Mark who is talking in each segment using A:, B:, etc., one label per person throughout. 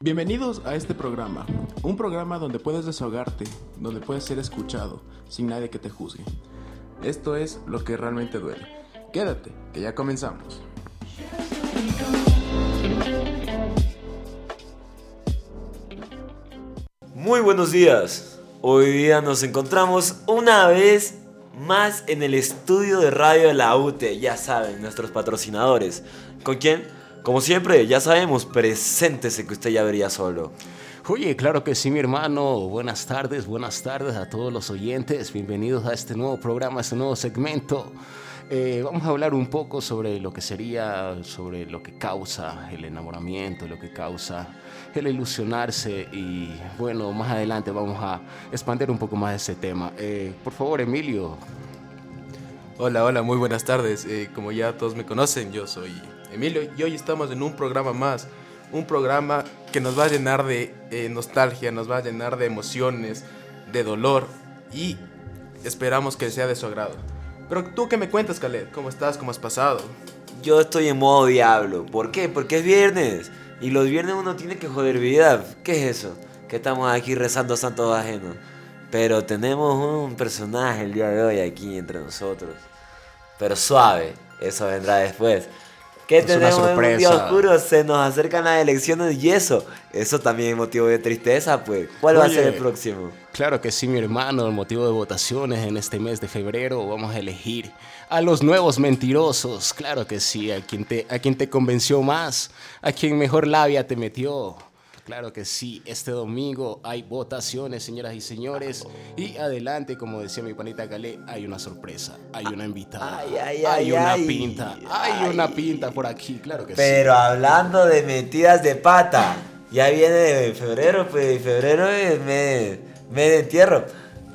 A: Bienvenidos a este programa, un programa donde puedes desahogarte, donde puedes ser escuchado, sin nadie que te juzgue. Esto es lo que realmente duele. Quédate, que ya comenzamos.
B: Muy buenos días. Hoy día nos encontramos una vez más en el estudio de radio de la UTE, ya saben, nuestros patrocinadores. ¿Con quién? Como siempre, ya sabemos, preséntese que usted ya vería solo.
C: Oye, claro que sí, mi hermano. Buenas tardes, buenas tardes a todos los oyentes. Bienvenidos a este nuevo programa, a este nuevo segmento. Eh, vamos a hablar un poco sobre lo que sería, sobre lo que causa el enamoramiento, lo que causa el ilusionarse y bueno, más adelante vamos a expandir un poco más ese tema. Eh, por favor, Emilio.
D: Hola, hola, muy buenas tardes. Eh, como ya todos me conocen, yo soy Emilio y hoy estamos en un programa más. Un programa que nos va a llenar de eh, nostalgia, nos va a llenar de emociones, de dolor y esperamos que sea de su agrado. Pero tú que me cuentas, Caled, ¿cómo estás? ¿Cómo has pasado?
B: Yo estoy en modo diablo. ¿Por qué? Porque es viernes. Y los viernes uno tiene que joder vida. ¿Qué es eso? Que estamos aquí rezando a santos ajenos. Pero tenemos un personaje el día de hoy aquí entre nosotros. Pero suave, eso vendrá después. ¿Qué
C: Es una
B: tenemos en un día
C: sorpresa.
B: oscuro? Se nos acercan las elecciones y eso. Eso también es motivo de tristeza, pues. ¿Cuál va a ser
C: Oye.
B: el próximo?
C: Claro que sí, mi hermano. El motivo de votaciones en este mes de febrero vamos a elegir a los nuevos mentirosos. Claro que sí, a quien te, a quien te convenció más, a quien mejor labia te metió. Claro que sí, este domingo hay votaciones, señoras y señores. Y adelante, como decía mi panita Calé, hay una sorpresa, hay una invitada,
B: Ay, ay, ay,
C: hay una
B: ay.
C: pinta, hay una pinta por aquí, claro que
B: Pero hablando de metidas de pata, ya viene de febrero, pues y febrero es mes, mes de entierro.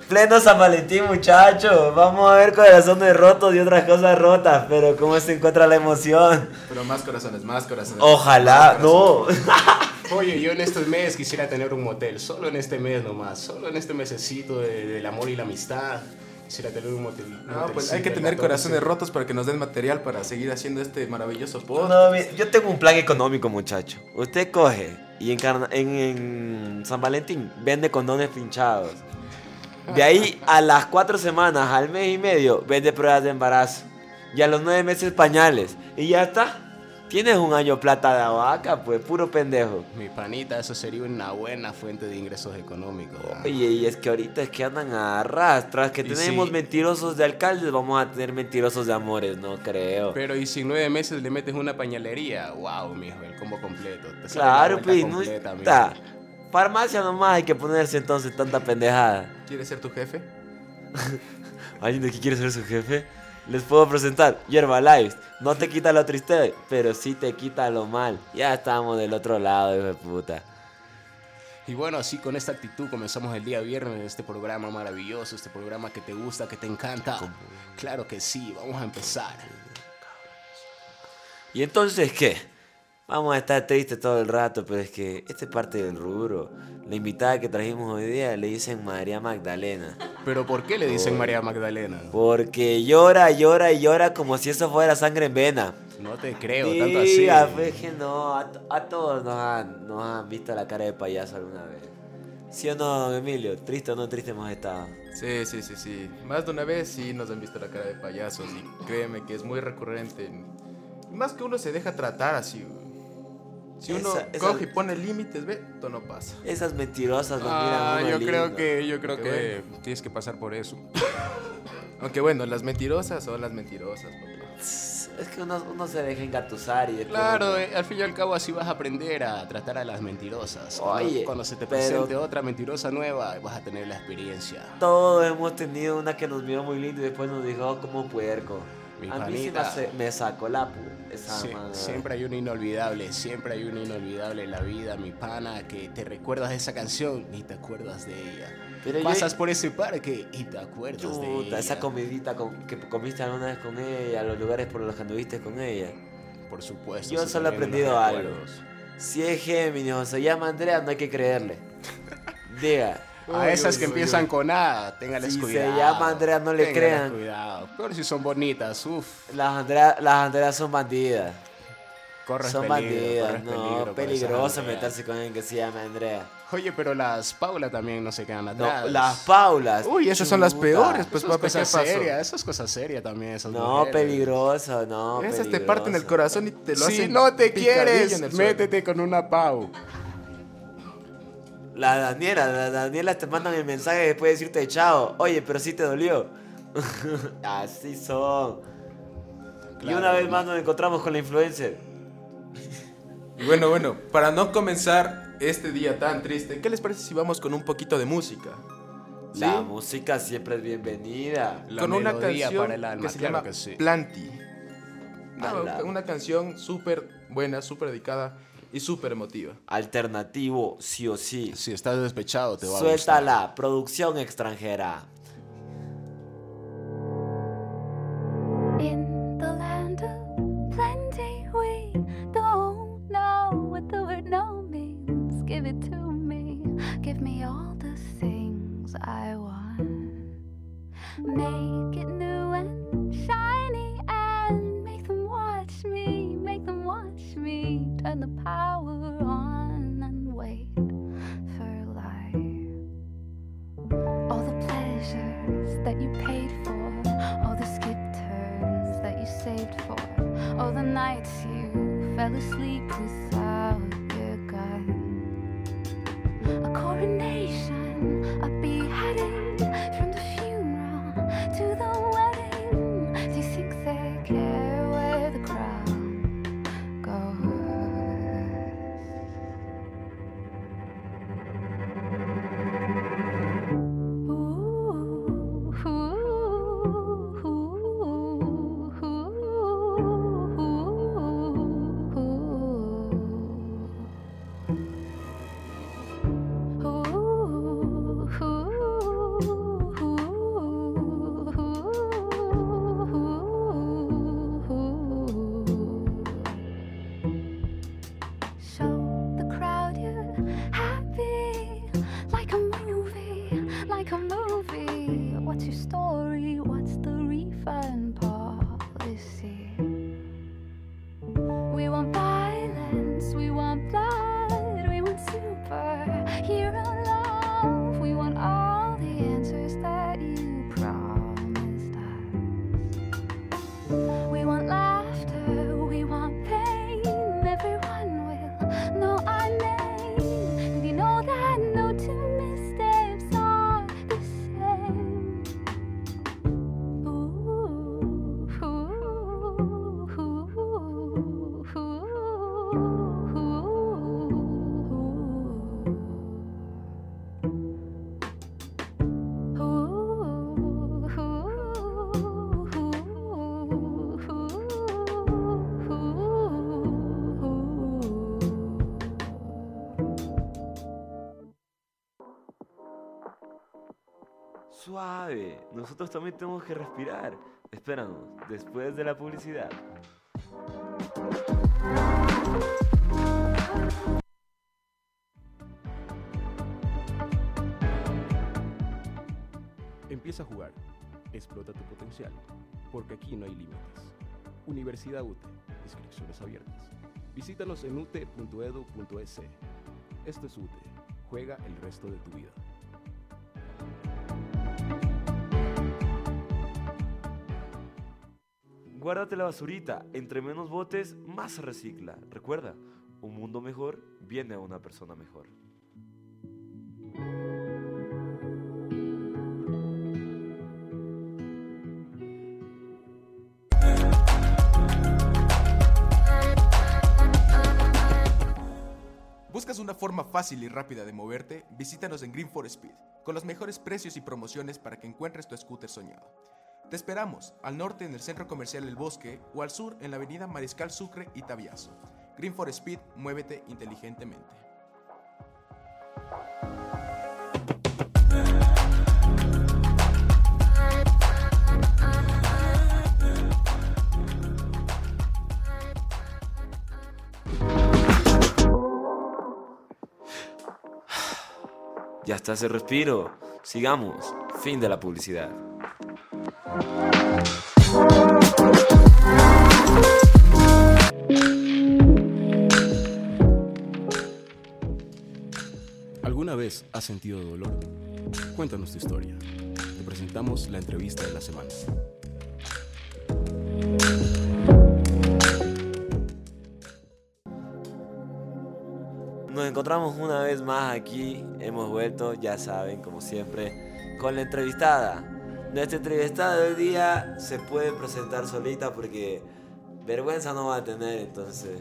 B: Pleno San Valentín, muchachos. Vamos a ver corazones rotos y otras cosas rotas, pero ¿cómo se encuentra la emoción?
D: Pero más corazones, más corazones.
B: Ojalá,
D: Más
B: no.
D: corazones.
C: sí. Oye, yo en estos meses quisiera tener un motel, solo en este mes nomás, solo en este mesecito de- del amor y la amistad. Quisiera tener un motel.
D: No, pues hay que tener corazones rotos para que nos den material para seguir haciendo este maravilloso podcast.
B: No, mi- yo tengo un plan económico, muchacho. Usted coge y en, carna- en- en San Valentín vende condones pinchados. De ahí a las cuatro semanas, al mes y medio, vende pruebas de embarazo. Y a los nueve meses pañales. Y ya está. Tienes un año plata de vaca, pues, puro pendejo.
C: Mi panita, eso sería una buena fuente de ingresos económicos.
B: Oye, y es que ahorita es que andan a rastras, que
C: Y
B: tenemos
C: sí.
B: mentirosos de alcaldes, vamos a tener mentirosos de amores, no creo.
C: Pero y si en nueve meses le metes una pañalería, wow, mijo, el combo completo. Te sale la
B: Claro,
C: vuelta
B: pues, no
C: completa, mijo.
B: está. Farmacia nomás hay que ponerse entonces tanta pendejada.
D: ¿Quieres ser tu jefe?
B: ¿Alguien de aquí quiere ser su jefe? Les puedo presentar Yerba Lives. No te quita lo triste, pero sí te quita lo mal. Ya estamos del otro lado, hijo de puta.
C: Y bueno, así con esta actitud comenzamos el día viernes en este programa maravilloso, este programa que te gusta, que te encanta. Claro que sí, vamos a empezar.
B: ¿Y entonces qué? Vamos a estar tristes todo el rato, pero es que este es parte del rubro. La invitada que trajimos hoy día le dicen María Magdalena.
C: Pero ¿por qué le dicen María Magdalena?
B: Porque llora, llora y llora como si eso fuera sangre en vena.
C: No te creo,
B: Sí,
C: tanto así.
B: a fe que no, a, to- a todos nos han, nos han visto la cara de payaso alguna vez. ¿Sí o no, don Emilio? Triste o no triste hemos estado.
D: Sí, sí, sí, sí. Más de una vez sí nos han visto la cara de payasos y créeme que es muy recurrente. Y más que uno se deja tratar así. güey. Si uno
B: Esa- esa-
D: coge y pone límites, ve, esto no pasa.
B: Esas mentirosas nos miran
D: Ah,
B: uno
D: yo creo
B: lindo.
D: que, yo creo
C: Qué
D: que tienes que pasar por eso. Aunque bueno, las mentirosas son las mentirosas, papá.
B: Es que uno, uno se deja engatusar y después
C: Claro,
B: uno-
C: eh, al fin y al cabo así vas a aprender a tratar a las mentirosas. Cuando-
B: Oye,
C: cuando, se te
B: pero-
C: presente otra mentirosa nueva, vas a tener la experiencia.
B: Todos hemos tenido una que nos miró muy lindo y después nos dijo como puerco.
C: Mi
B: a mí sí me,
C: panita.
B: hace- me sacó la pu- esa
C: Sie-
B: mano.
C: siempre hay un inolvidable, siempre hay un inolvidable en la vida, mi pana, que te recuerdas de esa canción y te acuerdas de ella.
B: Pero yo-
C: Pasas por ese parque y te acuerdas de
B: Chuta,
C: ella.
B: esa comidita con- que comiste alguna vez con ella, los lugares por los que anduviste con ella.
C: Por supuesto.
B: Yo
C: eso
B: solo he
C: también en los
B: aprendido algo.
C: recuerdos.
B: Si es Géminis o se llama Andrea, no hay que creerle. Diga,
C: A
D: Uy,
C: esas
D: uy,
C: que
D: uy,
C: empiezan
D: uy.
C: con A, téngales
B: Si se
C: cuidado.
B: llama Andrea, no le
C: téngales
B: crean.
C: cuidado. Pero si son bonitas, uff.
B: Las Andrea, las Andrea son bandidas.
C: Corres
B: son
C: peligro,
B: bandidas.
C: corres peligro
B: No,
C: con esas
B: peligroso
C: Andreas.
B: meterse con alguien que se llama Andrea.
C: Oye, pero las Paula también no se quedan
B: No,
C: atrás.
B: las Paulas.
D: Uy, esas son las
B: chuta.
D: peores, pues
C: Eso es
D: papi, ¿qué
C: cosa
D: pasó?
C: seria, eso es cosa seria también. Esas
B: No,
C: mujeres.
B: peligroso, no.
D: Esas te
B: peligroso.
D: este, parten el corazón y te lo
C: Si
D: hacen
C: no te
D: picadillo
C: quieres,
D: en el suelo.
C: métete con una Pau.
B: La Daniela, la Daniela te mandan el mensaje después de decirte chao. Oye, pero sí te dolió. Así son. y
C: Claro,
B: una vez
C: no.
B: más nos encontramos con la influencer.
D: Y bueno, bueno, para no comenzar este día tan triste, ¿qué les parece si vamos con un poquito de música?
B: La música siempre es bienvenida.
C: La
D: con una
C: melodía
D: canción
C: para el alma,
D: que se
C: claro
D: llama
C: que sí.
D: Planty. Una-
B: Ala.
D: una canción súper buena, súper dedicada y súper emotiva.
B: Alternativo, sí o sí.
C: Si estás despechado, te va a
B: Suéltala, producción extranjera.
E: In the land of plenty, we don't know what the word no means. Give it to me. Give me all the things I want. Make it new and shiny and make them watch me. Make them watch me. Turn the power on and wait for life. All the pleasures that you paid for, all the skip turns that you saved for, all the nights you fell asleep without your gun. A coronation, a beheading, from the funeral to the wedding. Do you think they care where the crowd goes? Show the crowd you're happy, like a movie, like a movie. What's your story? What's the refund policy? We want violence, we want blood, we want superhero love, we want all the answers that you promised us. We want laughter, we want pain. Everyone will know our name. And you know that no two missteps are the same.
B: Suave, nosotros también tenemos que respirar. Espéranos, después de la publicidad.
A: Empieza a jugar. Explota tu potencial. Porque aquí no hay límites. Universidad UTE. Inscripciones abiertas. Visítanos en E ute.edu.es. Esto es UTE. Juega el resto de tu vida.
B: Guárdate la basurita, entre menos botes, más se recicla. Recuerda, un mundo mejor viene a una persona mejor.
D: ¿Buscas una forma fácil y rápida de moverte? Visítanos en Green for Speed, con los mejores precios y promociones para que encuentres tu scooter soñado. Te esperamos al norte en el centro comercial El Bosque o al sur en la avenida Mariscal Sucre y Tabiazo. Green for Speed, muévete inteligentemente.
B: Ya Y hasta ese respiro. Sigamos. Fin de la publicidad.
F: ¿Alguna vez has sentido dolor? Cuéntanos tu historia. Te presentamos la entrevista de la semana.
B: Nos encontramos una vez más aquí, hemos vuelto, ya saben, como siempre, con la entrevistada. Nuestra entrevistada de hoy día se puede presentar solita porque vergüenza no va a tener, entonces.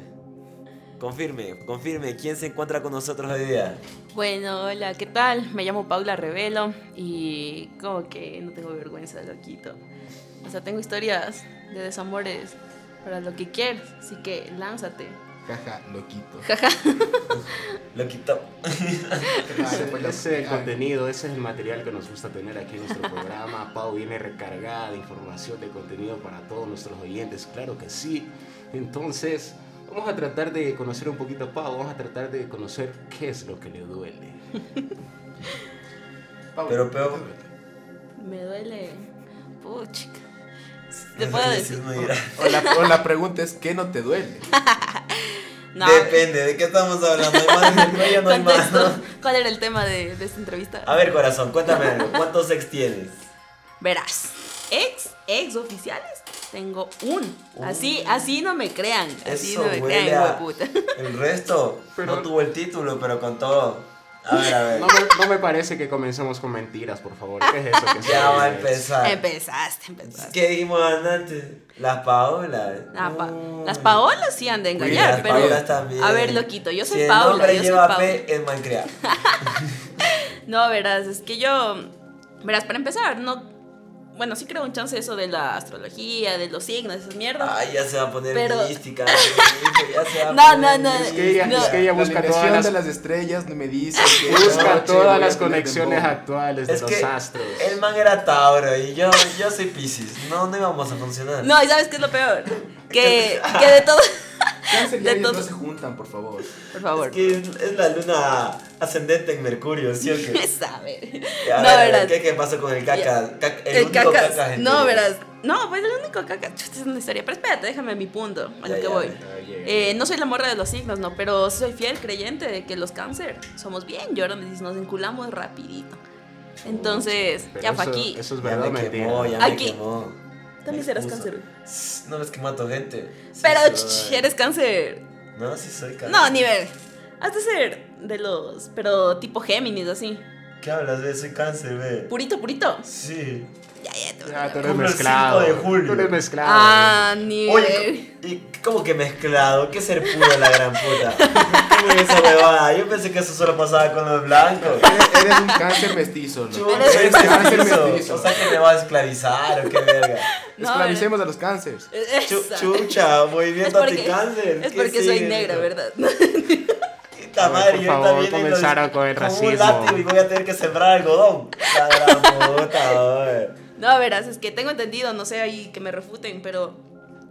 B: Confirme, confirme, ¿quién se encuentra con nosotros hoy día?
G: Bueno, hola, ¿qué tal? Me llamo Paula Revelo y como que no tengo vergüenza, loquito. O sea, tengo historias de desamores para lo que quieras, así que lánzate.
D: Jaja, loquito.
B: Lo quitó.
D: Ah, pues,
C: Ese, ese es el contenido, ese es el material que nos gusta tener aquí en nuestro programa. Pau viene recargada de información, de contenido para todos nuestros oyentes, claro que sí. Entonces, vamos a tratar de conocer un poquito a Pau, vamos a tratar de conocer qué es lo que le duele.
B: Pero, pero-
G: Me duele. Puchica. ¿Te puedo decir?
D: O la, o la pregunta es, ¿qué no te duele?
G: No.
B: Depende, ¿de qué estamos hablando? ¿Hay más en el cuello o no hay más?
G: Contexto. ¿Cuál era el tema de, de esta entrevista?
B: A ver, corazón, cuéntame algo. ¿Cuántos ex tienes?
G: Verás. Ex, ex oficiales, tengo un. Así, así no me crean. Así
B: Uh. Eso
G: no me
B: huele
G: crean,
B: a-
G: hueputa.
B: El resto no tuvo el título, pero con todo. A ver, a ver.
C: No me, no me parece que comencemos con mentiras, por favor. ¿Qué es eso que se
B: Ya va a
C: dice?
B: empezar.
G: Empezaste, empezaste.
B: ¿Qué dijimos antes? Las Paolas.
G: Ah, pa-
B: No.
G: las Paolas sí han de
B: Uy,
G: engañar,
B: las
G: pero.
B: Paolas también.
G: A ver, loquito, yo soy
B: si
G: Paola,
B: El nombre
G: yo soy
B: lleva
G: Paola.
B: P, es mancrear.
G: No, verás, es que yo. Verás, para empezar, no. Bueno, sí creo un chance eso de la astrología, de los signos, esas mierdas.
B: Ay, ya se va a poner
G: Pero-
B: mística. ya se va a
G: No,
B: poner
G: no, no.
B: mística.
C: Es que ella, es que ella busca todas
D: alineación
C: las,
D: de las estrellas me dice que
C: busca
D: noche voy a
C: todas las
D: tener
C: conexiones
D: dembow.
C: actuales de
B: Es
C: los
B: que
C: astros.
B: el man era Tauro y yo, yo soy Pisces. No, no íbamos a funcionar.
G: No, y sabes qué es lo peor? Que, que de todo.
D: Cáncer y
G: De
D: Aries
G: todo.
D: no se juntan, por favor.
G: Por favor.
B: Es que es, es la luna ascendente en Mercurio, ¿sí o qué?
G: saber.
B: A
G: No,
B: ver, a ver,
G: verás.
B: ¿Qué, qué pasó con el caca? Cac- el,
G: El
B: único caca,
G: cacas-
B: gente.
G: no, verás. No, pues el único caca. Chuta, es una historia. Pero espérate, déjame mi punto a lo
B: Ya,
G: que
B: ya,
G: voy.
B: ya,
G: Eh, no soy la morra de los signos, no, pero soy fiel creyente de que los cáncer somos bien llorones y nos vinculamos rapidito. Entonces,
C: Pero
G: ya fue
C: eso-
G: aquí.
C: Eso
B: Ya
C: es Pues, verdad o
B: me
C: mentira.
B: quemó, ya me
G: Aquí.
B: quemó.
G: También
B: Me
G: serás
B: expuso.
G: cáncer.
B: Sss, No ves que mato gente. Sí
G: Pero,
B: soy.
G: ch, eres cáncer.
B: No, sí soy cáncer.
G: No, ni ver. Has de ser de los, pero tipo Géminis, así.
B: ¿Qué hablas, ve? Soy cáncer, ve.
G: Purito, purito.
B: Sí.
G: Ya, ya, te voy a
C: Ya, tú
G: hablar.
C: eres
B: Cumple el
C: mezclado.
B: 5 de julio.
C: Tú eres mezclado.
G: Ah, ni ver.
B: Oye, ¿y cómo que mezclado? ¿Qué ser puro la gran puta? ¿Cómo es esa huevada? Yo pensé que eso solo pasaba con los blancos.
D: Eres, eres un cáncer mestizo, ¿no?
B: Chuta,
G: Eres
B: eres
D: cáncer
B: mestizo.
D: mestizo.
B: O sea que me va a esclavizar o qué verga.
G: No,
D: Esclavicemos a los cánceres.
B: Chu-
G: Esa.
B: chucha, movimiento anticáncer.
G: es
B: ¿qué
G: porque soy
B: sigue?
G: negra, ¿verdad?
B: Puta
C: Por
B: madre, yo
C: favor,
B: también
C: comenzaron con el
B: Un
C: racismo.
B: látigo y voy a tener que sembrar algodón. La gran puta, oye.
G: No, verás, es que tengo entendido, no sé ahí que me refuten, pero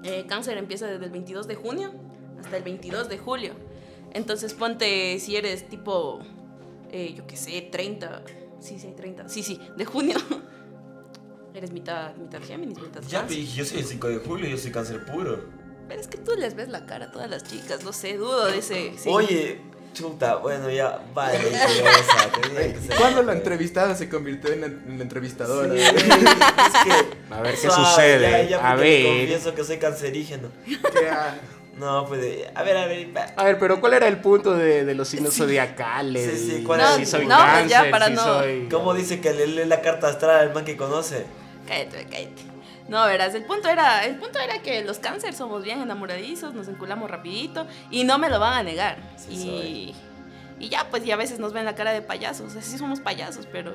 G: eh, cáncer empieza desde el 22 de junio hasta el 22 de julio. Entonces ponte si eres tipo, eh, yo qué sé, 30, sí, sí, 30, sí, sí, de junio. Eres mitad, mitad Géminis, mitad
B: Ya,
G: cáncer.
B: pues, yo soy el 5 de julio, yo soy cáncer puro.
G: Pero es que tú les ves la cara a todas las chicas, no sé, dudo de ese... sí.
B: Oye, chuta, bueno, ya, vale, mentirosa, tenía que ser.
D: ¿Cuándo la entrevistada se convirtió en la, en la entrevistadora?
B: Sí, es que-
C: A ver qué
B: suave,
C: sucede.
B: ya- ya
C: a
B: porque
C: ver.
B: te Confieso que soy cancerígeno.
D: Ya.
B: No, pues, eh, a ver, a ver. pa-
C: A ver, pero ¿cuál era el punto de, de los signos zodiacales?
B: Sí, sí,
C: Y
B: ¿cuál
G: era
C: si
G: el
C: soy
G: punto? No, pues
C: cáncer,
G: ya, para
C: si
G: no-
C: soy...
B: ¿Cómo dice que le lee la carta astral al man que conoce?
G: Cállate, cállate. No, verás, el punto era, el punto era que los cáncer somos bien enamoradizos, nos enculamos rapidito y no me lo van a negar.
B: Sí,
G: y, y ya, pues, y a veces nos ven la cara de payasos, así somos payasos, pero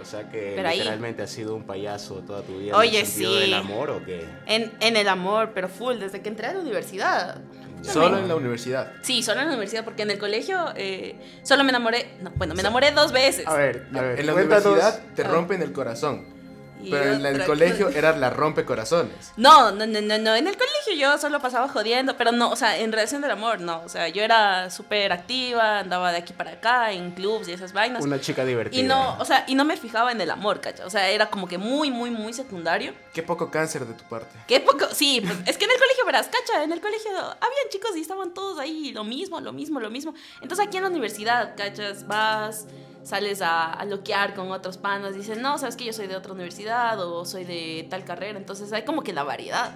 C: O sea que
G: Pero ahí-
C: literalmente has sido un payaso toda tu vida. en
G: Oye,
C: el sentido
G: sí.
C: del amor o qué?
G: en, en el amor, pero full, desde que entré a la universidad.
D: Solo en la universidad.
G: Sí, solo en la universidad, porque en el colegio eh, solo me enamoré, no, bueno, me enamoré dos veces.
C: A ver, a ver.
D: en la
C: cuéntanos-
D: universidad te rompen el corazón.
G: Y
D: Pero en la- el
G: otra
D: colegio
G: cosa-
D: eras la rompecorazones.
G: No, no, no, no, no. En el colegio yo solo pasaba jodiendo, pero no, o sea, en relación del amor, no. O sea, yo era súper activa, andaba de aquí para acá, en clubs y esas vainas.
C: Una chica divertida.
G: Y no, o sea, y no me fijaba en el amor, ¿cachai? O sea, era como que muy, muy, muy secundario.
D: Qué poco cáncer de tu parte.
G: Qué poco, sí, pues, es que en el colegio, verás, cacha, en el colegio habían chicos y estaban todos ahí, lo mismo, lo mismo, lo mismo. Entonces aquí en la universidad, cachas, vas, sales a, a loquear con otros panas, dicen, no, sabes que yo soy de otra universidad o soy de tal carrera, entonces hay como que la variedad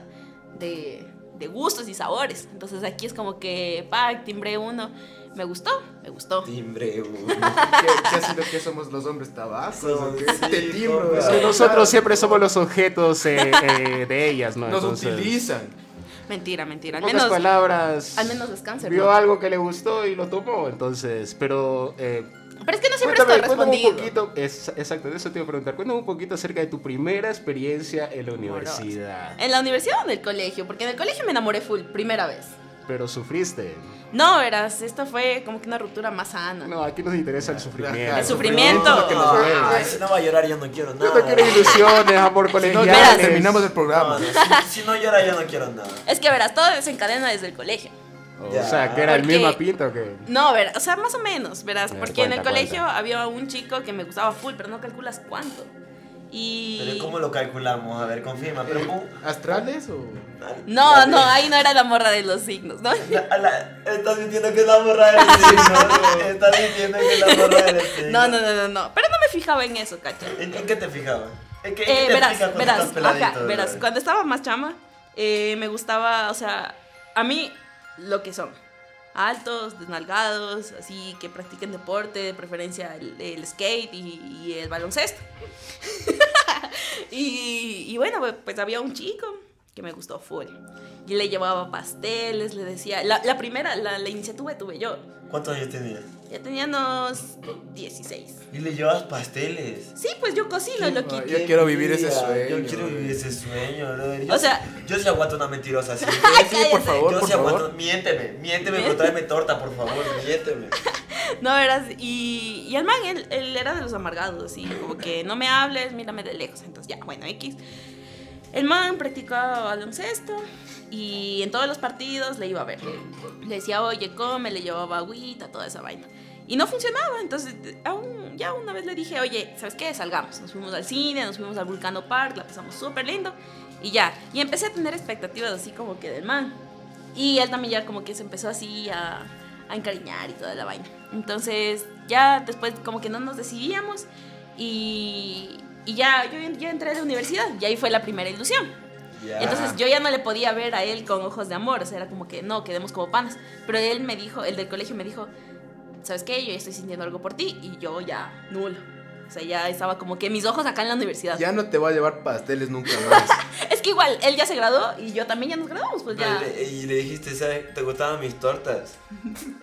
G: de, de gustos y sabores. Entonces aquí es como que, pa, timbre uno, me gustó, me gustó.
B: Timbre, uh,
D: ¿Qué, qué ha sido que somos los hombres tabacos? o qué?
B: Sí,
D: Te timbro,
B: compa.
D: ¿verdad?
B: Que
C: Nosotros siempre somos los objetos eh, eh, de ellas, ¿no?
D: Nos
C: Entonces,
D: utilizan.
G: Mentira, mentira.
C: En
G: Al
C: pocas
G: menos,
C: palabras.
G: al menos es cáncer,
C: Vio
G: ¿no?
C: algo que le gustó y lo tomó, entonces, pero. eh,
G: pero es que no siempre es
C: cuéntame, cuéntame
G: correspondido.
C: un poquito. es- exacto, de eso te iba a preguntar. Cuéntame un poquito acerca de tu primera experiencia en la universidad.
G: En la universidad o en el colegio, porque en el colegio me enamoré full, primera vez.
C: Pero sufriste.
G: No, verás, esta fue como que una ruptura más sana.
C: No, aquí nos interesa el sufrimiento.
D: Ajá,
G: El sufrimiento.
D: es lo que nos mueve.
B: Ay, si Ah, no va a llorar, yo no quiero nada.
C: Yo no quiero ilusiones, amor
D: No,
C: colegial.
D: ya
G: verás.
D: terminamos el
B: No,
D: programa.
B: no, si, si no llora, yo no quiero nada.
G: Es que verás, todo desencadena desde el colegio.
C: O sea, que era el
G: Porque-
C: mismo pinta o qué.
G: No, verás, o sea, más o menos, verás,
C: Ya,
G: porque en el
C: cuenta,
G: colegio
C: cuenta.
G: había un chico que me gustaba full, pero no calculas cuánto.
B: Pero
G: Y...
B: ¿cómo lo calculamos? A ver, confirma. Pero ¿cómo?
D: ¿Astrales o...?
G: Eh, No, no, ahí no era la morra de los signos, ¿no?
B: La- a la- estás mintiendo que es la morra del signo. Estás mintiendo que es la morra del signo.
G: No, no, no, no, no. Pero no me fijaba en eso, cacha.
B: ¿En, en qué te fijabas? ¿En qué, en
G: Eh,
B: qué te
G: verás,
B: fijas cuando
G: verás,
B: estás peladito,
G: ajá, verás,
B: bro?
G: cuando estaba más chama, eh, me gustaba, o sea, a mí lo que son, altos, desnalgados, así que practiquen deporte, de preferencia el, el skate y, y el baloncesto. y, y bueno, pues, pues había un chico que me gustó full. Y le llevaba pasteles, le decía, la, la primera, la, la iniciativa tuve yo,
B: ¿Cuántos años tenías?
G: ya tenía unos 16.
B: Y le llevas pasteles.
G: Sí, pues yo cocino lo que...
D: Yo
B: Qué
D: quiero vivir ese
B: envidia,
D: sueño,
B: Yo quiero vivir ese sueño, brother. Yo
G: O
B: sí-
G: sea-
B: yo sí aguanto una mentirosa así.
D: Sí, por favor,
B: yo
D: por
B: sí aguanto.
D: favor.
B: Miénteme, miénteme, pero tráeme torta, por favor, miénteme.
G: No, verás, y, y el man, él, él era de los amargados, así, como que no me hables, mírame de lejos. Entonces, ya, bueno, X. El man practicaba baloncesto y en todos los partidos le iba a ver. Le decía, oye, come, le llevaba agüita, toda esa vaina. Y no funcionaba, entonces aún, ya una vez le dije, oye, ¿sabes qué? Salgamos. Nos fuimos al cine, nos fuimos al Vulcano Park, la pasamos súper lindo y ya. Y empecé a tener expectativas así como que del man. Y él también ya como que se empezó así a, a encariñar y toda la vaina. Entonces ya después como que no nos decidíamos y, y ya yo, yo entré a la universidad y ahí fue la primera ilusión.
B: Ya.
G: Entonces yo ya no le podía ver a él con ojos de amor, o sea, era como que no, quedemos como panas. Pero él me dijo, el del colegio me dijo, ¿sabes qué? Yo ya estoy sintiendo algo por ti y yo ya nulo. O sea, ya estaba como que mis ojos acá en la universidad.
D: Ya no te voy a llevar pasteles nunca más.
G: Es que igual, él ya se graduó y yo también ya nos graduamos, pues ya.
B: Y le- Y le dijiste, ¿sabes? ¿Te gustaban mis tortas?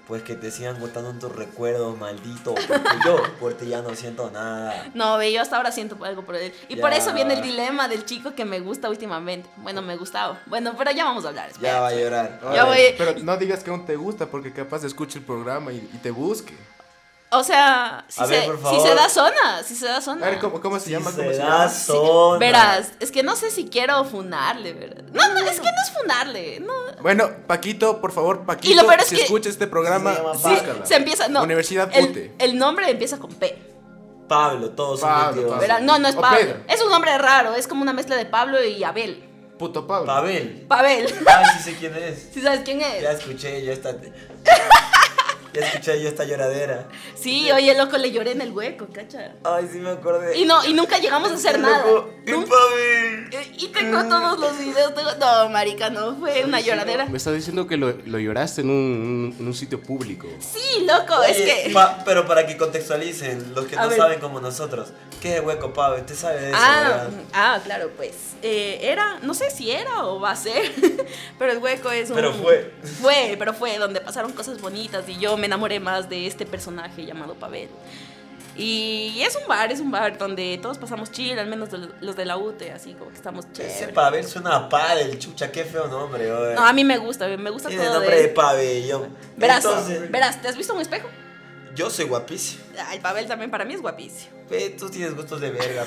B: Pues que te sigan gustando en tus recuerdos, maldito. Porque yo, porque ya no siento nada.
G: No, ve, yo hasta ahora siento algo por él. Y
B: Ya.
G: por eso viene el dilema del chico que me gusta últimamente. Bueno, me gustaba. Bueno, pero ya vamos a hablar.
B: Ya
G: espera.
B: va a llorar.
G: Ya voy.
D: Pero no digas que aún te gusta porque capaz escucha el programa y, y te busque.
G: O sea, si,
B: A ver,
G: se,
B: por
G: si
B: favor.
G: se da zona, si se da
D: A ver,
G: zona.
D: ¿cómo, cómo se llama? ¿Cómo se
B: Será
D: llama?
B: zona.
G: Verás, es que no sé si quiero funarle, ¿verdad? No, no, es que no es funarle. No.
D: Bueno, Paquito, por favor, Paquito,
G: Y lo peor es
D: si
G: que-
D: escucha este programa,
B: Se llama
G: Sí,
B: Búscala.
G: se empieza, no.
D: Universidad
G: el,
D: UTE.
G: el nombre empieza con P.
B: Pablo, todos
D: Pablo,
B: son mentirosos.
G: ¿verdad? No, no es
D: O
G: Pablo.
D: Pedro.
G: Es un nombre raro, es como una mezcla de Pablo y Abel.
D: Puto Pablo.
B: Pavel.
G: Pavel.
B: Ay, sí sé quién es.
G: Si sabes quién
B: Ya
G: es.
B: escuché yo esta. ya escuché yo esta lloradera.
G: Sí, oye, loco, le lloré en el hueco, cacha.
B: Ay, sí me acordé.
G: Y no, y nunca llegamos a hacer nada.
B: Loco, ¡Qué
G: Nunca-
B: pavel!
G: Eh, Y tengo todos los videos. tengo- No, marica, no, fue una lloradera.
C: Me estás diciendo que lo, lo lloraste en un, un- en un sitio público.
G: Sí, loco, es
B: Oye,
G: que.
B: Eh, pa- pero para que contextualicen, los que
G: A
B: no
G: ver.
B: saben como nosotros, ¿qué es hueco, Pablo? Usted sabe de eso,
G: Ah,
B: ¿verdad?
G: ah, claro, pues. eh, era, no sé si era o va a ser, pero el hueco es un.
B: Pero fue.
G: Fue, pero fue donde pasaron cosas bonitas y yo me enamoré más de este personaje llamado Pavel. Y es un bar, es un bar donde todos pasamos chill, al menos de- los de la UTE, así como que estamos
B: Ese
G: chévere.
B: Pavel suena a Padel, chucha, qué feo nombre, oye.
G: No, a mí me gusta, me gusta
B: Tiene
G: todo
B: nombre de
G: de.
B: pabellón.
G: Verás,
B: Entonces,
G: verás, ¿te has visto un espejo?
B: yo soy guapísimo.
G: Ah, el Pavel también para mí es guapísimo.
B: Ve, tú tienes gustos de verga.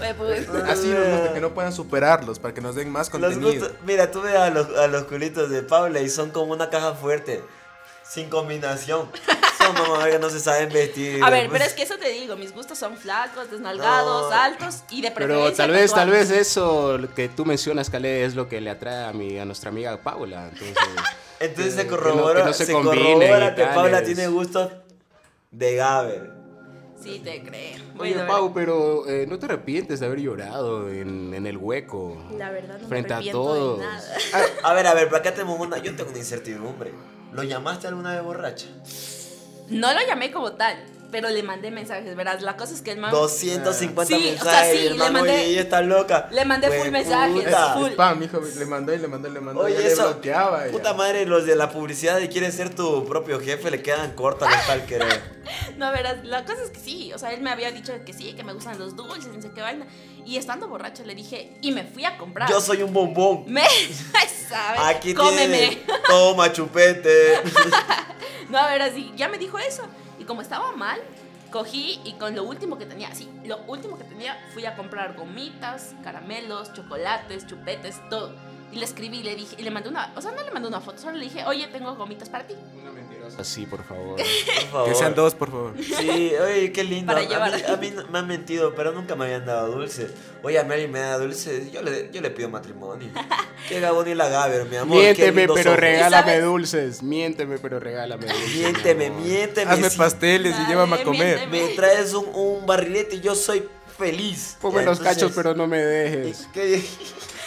G: Oye, pues,
D: Así los gusta que no puedan superarlos para que nos den más
B: pa. Los
D: contenido.
B: gustos- mira, tú ves a los, a los culitos de Paula y son como una caja fuerte. Sin combinación. Son mamá verga, no se saben vestir.
G: A ver,
B: pues.
G: pero es que eso te digo, mis gustos son flacos, desnalgados,
B: No.
G: altos y de
C: Pero
G: preferencia
C: tal vez, tal
G: tatuados.
C: vez eso que tú mencionas, Calé, es lo que le atrae a, mi, a nuestra amiga Paula. Entonces,
B: Entonces
C: que
B: se
C: no- que
B: corrobora,
C: no se
B: se
C: combinen
B: corrobora
C: y
B: que Paula
C: tales.
B: tiene gustos de Gaber.
G: Sí, te creo.
C: oye,
G: Bueno,
C: Pau, pero eh, no te arrepientes de haber llorado en, en el hueco.
G: La verdad no
C: frente
G: me
C: a
G: arrepiento
C: todos.
G: de nada.
B: A ver, a ver, para acá tenemos una. Yo tengo una incertidumbre. ¿Lo llamaste alguna vez borracha?
G: No lo llamé como tal, pero le mandé mensajes, verás. La cosa es que el man
B: 250
G: Ah. Sí, o sea,
B: mensajes,
G: sí, le
B: hermano,
G: mandé-
B: oye, ella está loca.
G: le mandé full
B: Güey,
G: mensajes,
B: puta.
G: full.
D: Spam, hijo, le mandó y le mandó y le mandó. ya
B: Oye,
D: le
B: eso,
D: bloqueaba. ya.
B: puta madre, los de la publicidad y quieren ser tu propio jefe, le quedan cortas los tal querer.
G: No, verás, la cosa es que sí, o sea, él me había dicho que sí, que me gustan los dulces, no sé qué vaina. Y estando borracha le dije, y me fui a comprar.
B: Yo soy un bombón.
G: Me, ¿sabes?
B: Aquí
G: Cómeme.
B: tiene. Toma, chupete.
G: No, a ver, así, ya me dijo eso. Y como estaba mal, cogí y con lo último que tenía, sí, lo último que tenía, fui a comprar gomitas, caramelos, chocolates, chupetes, todo. Y le escribí, le dije, y le mandé una, o sea, no le mandé una foto, solo le dije, oye, tengo gomitas para ti.
C: Así, por favor.
B: Por favor.
D: Que sean dos, por favor.
B: Sí, oye, qué lindo.
G: Para
B: a, mí-
G: llevar.
B: a mí no- me han mentido, pero nunca me habían dado dulces. Oye, a Mary me da dulces. Yo le, yo le pido matrimonio. Qué gabón y la Gaber, mi amor. qué
C: miénteme,
B: lindos
C: pero
B: ojos.
C: regálame
G: ¿Sabes?
C: dulces. Miénteme, pero regálame dulces. mi
B: Miénteme,
C: amor.
B: miénteme.
D: Hazme
B: sí.
D: pasteles y
G: Dale,
D: llévame a comer.
G: miénteme.
B: Me traes un, un barrilete y yo soy feliz.
C: Ponme los
B: Entonces, eh,
C: cachos, pero no me dejes.
B: ¿Qué,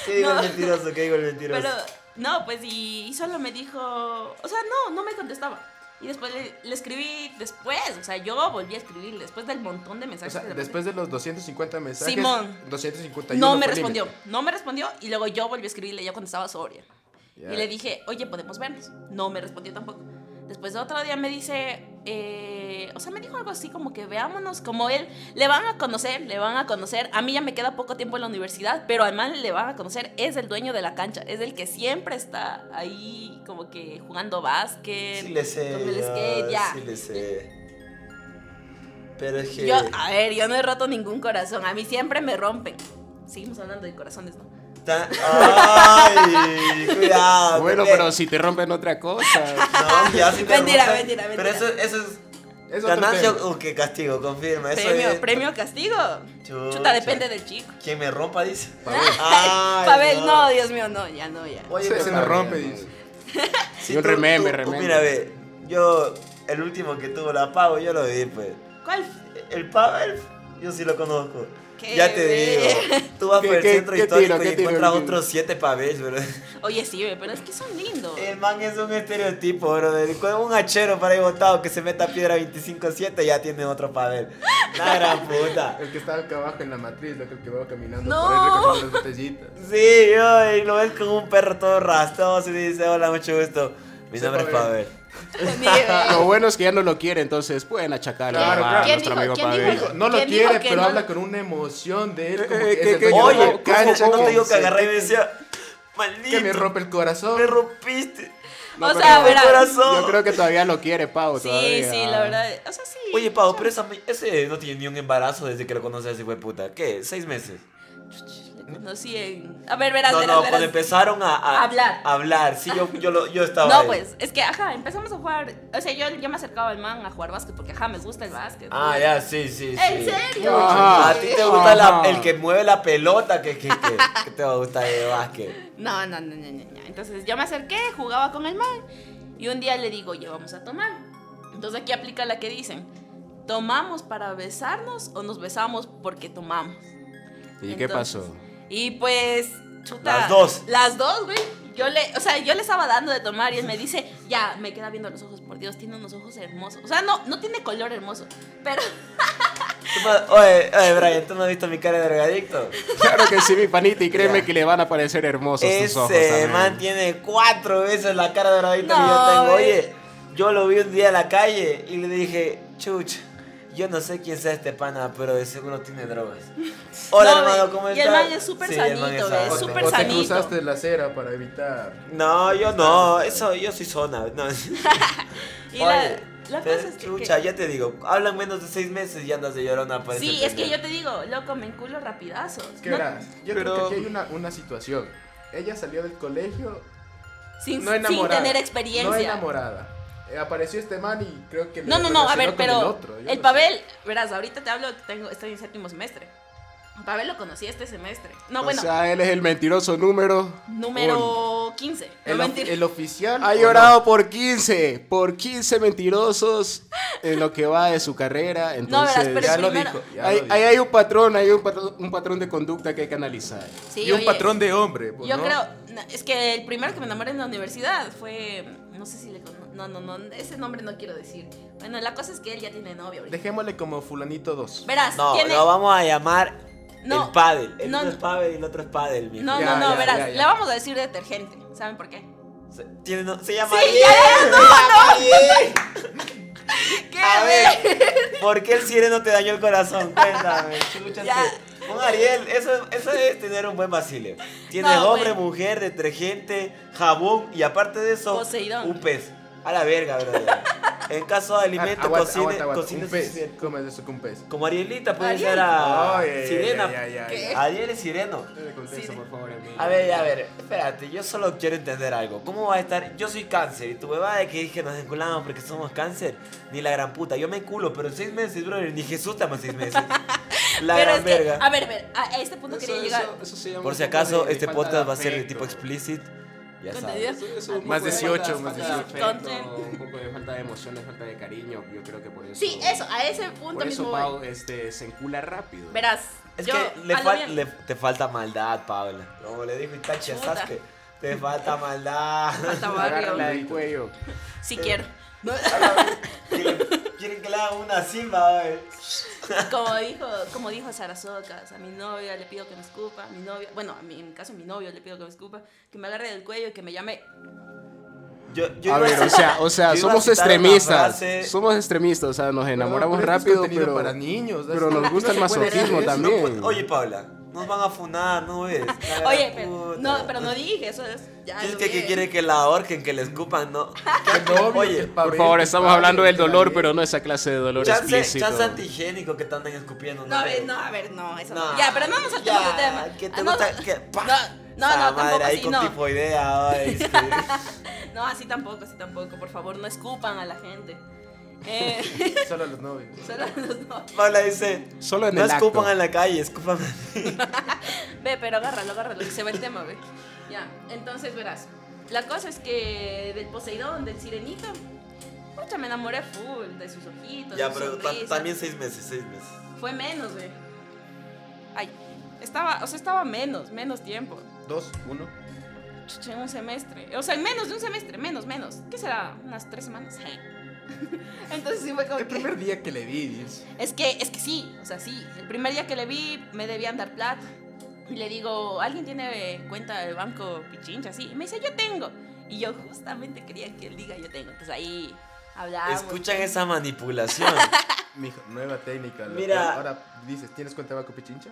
B: qué digo
G: No.
B: el mentiroso? ¿Qué digo el mentiroso?
G: Pero, no, pues, y, y solo me dijo, o sea, no, no me contestaba. Y después le, le escribí después, o sea, yo volví a escribir después del montón de
D: O
G: mensajes.
D: sea,
G: que le mandé.
D: después de los 250 mensajes,
G: Simón.
D: 251
G: No me
D: fue el límite.
G: respondió, no me respondió y luego yo volví a escribirle, yo contestaba sobria.
D: Ya.
G: Y le dije, oye, podemos vernos. No me respondió tampoco. Después de otro día me dice, eh, o sea, me dijo algo así como que veámonos, como él, le van a conocer, le van a conocer. A mí ya me queda poco tiempo en la universidad, pero al man le van a conocer, es el dueño de la cancha, es el que siempre está ahí como que jugando básquet.
B: Sí le sé.
G: eh, con el
B: yo,
G: skate, ya.
B: Sí le sé. Pero es que.
G: Yo, ah. a ver, yo no he roto ningún corazón, a mí siempre me rompen. Seguimos hablando de corazones, ¿no?
B: ta- Ay, cuidado.
C: Bueno,
B: Pepe.
C: pero si te rompen otra cosa.
B: No, ya sí te
G: Mentira,
B: rompen.
G: mentira, mentira.
B: Pero eso, eso es.
D: Es otro
B: ¿Ganancia
D: tema.
B: o que castigo? Confirma. Eso
G: Premio,
B: es-
G: premio, castigo.
B: Chuta.
G: Chuta, depende del chico.
B: Quien me rompa, dice.
D: Pavel.
B: Ay,
G: Pavel, no, Dios mío, no, ya no, ya.
B: Oye,
D: Se, se me
B: Pavel.
D: rompe, dice.
B: Sí,
C: Y un
B: tú-
C: remember,
B: tú- tú
C: remember.
B: Mira, ve, yo, el último que tuvo la pavo, yo lo vi, pues.
G: ¿Cuál?
B: El Pavel, yo sí lo conozco.
G: Qué
B: ya te
G: bebé.
B: digo. Tú vas
C: ¿Qué-
B: por el
C: qué-
B: centro
C: qué
B: histórico
C: tiro, qué
B: y
C: tiro,
B: encuentras
C: qué tiro?
B: otros siete Pavels, bro.
G: Oye, sí, ve, pero es que son lindos.
B: El man es un estereotipo, bro. Con un hachero para ahí botado que se meta piedra 25-7, ya tiene otro Pavel. La gran puta.
D: El que estaba acá abajo en la matriz, loco, el que va caminando
G: No.
D: por ahí recogiendo las botellitas.
B: Sí, yo, y lo ves con un perro todo rastoso y dice: Hola, mucho gusto. Mi
D: Sí,
B: nombre es
D: Pavel.
B: Pavel.
G: Ni idea.
C: Lo bueno es que ya no lo quiere, entonces pueden achacarle
D: Claro,
C: la mano
D: claro.
C: a
G: ¿Quién
C: nuestro
G: dijo?
C: amigo
G: ¿Quién
C: Pavel.
G: dijo?
D: No lo
G: ¿Quién dijo
D: quiere,
G: que
D: pero
G: no?
D: habla con una emoción de él. Como
C: Eh,
D: que
C: que-
D: es el
C: que-
D: dueño de
B: Oye,
D: la
B: ¿cómo-
D: cancha,
B: ¿cómo, te digo
D: dice,
B: que agarré y me decía, maldito,
D: que me rompe el corazón.
B: me rompiste?
G: o
C: pero
G: sea,
C: no,
G: verás.
B: corazón.
C: Yo creo que todavía lo quiere, Pau.
G: Sí,
C: todavía.
G: sí, la verdad. O sea, sí.
B: Oye, Pau, pero esa mi- ese no tiene ni un embarazo desde que lo conoces ese puta. ¿Qué? ¿Seis meses?
G: Le conocí en. eh. A ver, verás,
B: No,
G: verás,
B: no, pues,
G: verás.
B: cuando empezaron a, a-
G: A hablar.
B: a hablar. Sí, yo, yo, lo- yo estaba
G: No,
B: ahí.
G: pues, es que, ajá, empezamos a jugar. O sea, yo, yo me acercaba al man a jugar básquet porque, ajá, me gusta el básquet.
B: Ah, ya, sí, sí, sí.
G: ¿En serio?
C: Ajá.
B: A ti te gusta la-
C: Ajá.
B: el que mueve la pelota, que, que, que, que te va a gustar de básquet.
G: No, no, no, no, no, no. Entonces yo me acerqué, jugaba con el man y un día le digo, ya vamos a tomar. Entonces aquí aplica la que dicen, ¿tomamos para besarnos o nos besamos porque tomamos?
C: ¿Y qué
G: Entonces,
C: pasó?
G: Y pues, chuta.
B: Las dos.
G: Las dos, güey. Yo le, o sea, yo le estaba dando de tomar y él me dice, ya, me queda viendo los ojos, por Dios, tiene unos ojos hermosos. O sea, no, no tiene color hermoso, pero
B: Tú me- Oye, oye, Brian, ¿tú no has visto mi cara de drogadicto?
C: Claro que sí, mi panita, y créeme
B: Ya.
C: que le van a parecer hermosos tus ojos.
B: Ese
C: también.
B: man tiene cuatro veces la cara doradita que yo
G: No,
B: tengo.
G: ve.
B: Oye, yo lo vi un día en la calle y le dije, chucha, yo no sé quién sea este pana, pero de seguro tiene drogas. Hola,
G: No, ve,
B: hermano, ¿cómo
G: y el
B: estás?
G: man es súper
B: Sí, el man
G: sanito, ve,
B: sano.
G: es
D: O te-
G: súper
D: o te
G: sanito.
D: cruzaste la acera para evitar.
B: No, yo no, eso, yo soy zona. no.
G: Y
B: Oye,
G: la- La
B: Pero,
G: cosa es que-
B: chucha,
G: que-
B: ya te digo, hablan menos de seis meses y andas de llorona para
G: Sí,
B: ese
G: es que
B: pendejo.
G: yo te digo, loco, me enculo rapidazo.
D: Es que
G: No-
D: verás, yo
B: Pero-
D: creo que aquí hay una, una situación. Ella salió del colegio
G: sin,
D: no
G: sin
D: enamorada.
G: tener
D: No
G: experiencia.
D: enamorada. Eh, apareció este man y creo que. lo
G: No, no, no, a
D: relacionó
G: ver,
D: con
G: pero el,
D: El, otro, yo no sé.
G: Pavel, verás, ahorita te hablo, tengo, estoy en séptimo semestre. A Pavel lo conocí este semestre. No, bueno,
C: O sea, él es el mentiroso número.
G: número 15. No
D: El, of-
G: mentir.
D: el oficial.
C: Ha
D: o no?
C: llorado por 15, por 15 mentirosos en lo que va de su carrera.
G: No, verás,
C: Entonces,
G: pero
D: ya
G: el
D: lo
G: primero-
D: dijo, ya
C: ahí,
D: lo dijo.
C: ahí hay un patrón, hay un patrón, un patrón de conducta que hay que analizar.
G: Sí,
D: y un
G: oye,
D: patrón de hombre. pues,
G: Yo
D: ¿no?
G: creo, no, es que el primero que me enamoré en la universidad fue, no sé si le con- no, no, no, ese nombre no quiero decir. Bueno, la cosa es que él ya tiene novia ahorita.
D: Dejémosle como Fulanito 2.
G: Verás,
B: No,
G: tiene...
B: lo vamos a llamar
G: No,
B: el pádel. El
G: no,
B: uno es
G: no.
B: pádel y el otro es pádel, mijo.
G: No,
D: Ya,
G: no, no,
D: ya,
G: verás,
D: ya, ya.
G: le vamos a decir detergente, ¿saben por qué?
B: Se, tiene no- se llama
G: Sí,
B: Ariel, se llama Ariel.
G: ¿Qué?
B: A ver, ¿por qué el sireno no te dañó el corazón? Cuéntame, chucha.
G: Ya.
B: que- Un Ariel, eso, eso es tener un buen vacile. Tienes
G: No,
B: hombre,
G: bueno.
B: mujer, detergente, jabón y aparte de eso,
G: Poseidón.
B: un pez. A la verga, brother. En caso de alimento, cocine, cocine
D: Un
B: su
D: pez.
B: sirena.
D: ¿Cómo es eso con un pez?
B: Como Arielita puede
G: Ariel.
B: ser a
D: Ay, ay,
B: Ah, sirena.
D: ay, ay, ay,
G: ¿Qué?
B: Ariel es sireno.
D: Dale contexto, por favor, amigo.
B: A ver, a ver, espérate, yo solo quiero entender algo. ¿Cómo va a estar? Yo soy cáncer y tu huevada de que dije nos enculamos porque somos cáncer, ni la gran puta. Yo me enculo, pero en seis meses, brother, ni Jesús está más seis meses. La
G: Pero
B: gran
G: es que,
B: verga.
G: a ver, a ver, a a este punto quería llegar.
B: Por si acaso, este podcast va a ser de tipo explícit. Ya
G: Contenido.
B: sabes.
C: Ah,
D: Más 18, más 18.
G: Content.
C: Un poco de falta de emociones, falta de cariño. Yo creo que por eso.
G: Sí, eso, a ese punto
C: Por eso
G: mismo
C: Pau
G: voy.
C: este, se encula rápido.
G: Verás,
B: Es
G: yo
B: que le
G: a lo
B: fal-
G: bien-
B: le- te falta maldad, Paula. Como le dijo Itachi a
G: Chuta.
B: Sasuke, te falta maldad.
G: falta
C: Agárrala
G: barrio.
C: del cuello.
G: Si quiero.
B: Ah, ¿Quieren, quieren que le haga una simba, brother?
G: Como dijo, como dijo Sarasocas, a mi novia le pido que me escupa, a mi novia, bueno, a mi, en mi caso a mi novio le pido que me escupa, que me agarre del cuello y que me llame.
B: Yo, yo
C: A
B: iba
C: ver,
B: citar-
C: o sea, o sea,
B: yo iba a
C: somos
B: citar una
C: extremistas.
B: frase-
C: Somos extremistas, o sea, nos enamoramos
D: Pero este es
C: rápido,
D: contenido
C: pero,
D: para niños,
C: pero
D: así.
C: nos gusta el
D: No se puede decir
C: masoquismo
D: eso, no
C: también.
B: pues, Oye, Paula, nos van a funar, ¿no ves? La
G: Oye,
B: gran
G: pero
B: puta.
G: no, pero no dije, eso es. Ya,
B: ¿Quién
G: lo
B: es que,
G: vi.
B: que quiere que la ahorquen, que la escupan, no?
D: El novio,
B: Oye,
D: el
C: Por
D: Pavel,
C: favor,
D: el
C: estamos
D: Pavel,
C: hablando del
D: el
C: dolor,
D: Pavel.
C: pero no esa clase de dolor
B: Chance,
C: explícito.
B: chance antigénico que te andan escupiendo,
G: No,
B: ¿no?
G: a
B: ves?
G: ver, no, a ver, no, eso
B: No,
G: no. Ya, pero no nos saltemos de
B: ya,
G: tema.
B: Que
G: Ah,
B: te
G: no,
B: gusta,
G: no,
B: que, pa,
G: no,
B: esa
G: no,
B: madre
G: tampoco
B: ahí
G: así,
B: con
G: no.
B: tifoidea, ay, es que-
G: No, así tampoco, así tampoco. Por favor, no escupan a la gente. Eh,
D: Solo los novios.
G: solo los no.
B: Paula dice,
C: Solo en
B: no
C: el acto.
B: escupan en la calle, escupan.
G: Ve, pero agárralo, agárralo, que se ve el tema, ve. Ya, entonces verás. La cosa es que del Poseidón, del Sirenito, pucha, me enamoré full de sus ojitos.
B: ya,
G: de su
B: pero ta-
G: sonrisa.
B: también seis meses, seis meses.
G: Fue menos, ve. Ay, estaba, o sea, estaba menos, menos tiempo.
D: Dos, uno.
G: Chucha, en un semestre. O sea, en menos de un semestre, menos, menos. ¿Qué será? ¿Unas tres semanas? Entonces sí fue como
D: El
G: que-
D: primer día que le vi, dices.
G: Es que, es que sí, o sea, sí. El primer día que le vi, me debían dar plata. Y le digo, ¿alguien tiene eh, cuenta del banco Pichincha? Sí. Y me dice, yo tengo. Y yo justamente quería que él diga, yo tengo. Entonces ahí hablamos.
B: Escuchan esa manipulación.
D: Mijo, nueva técnica. loco.
B: Mira.
D: Ahora dices, ¿tienes cuenta de Banco Pichincha?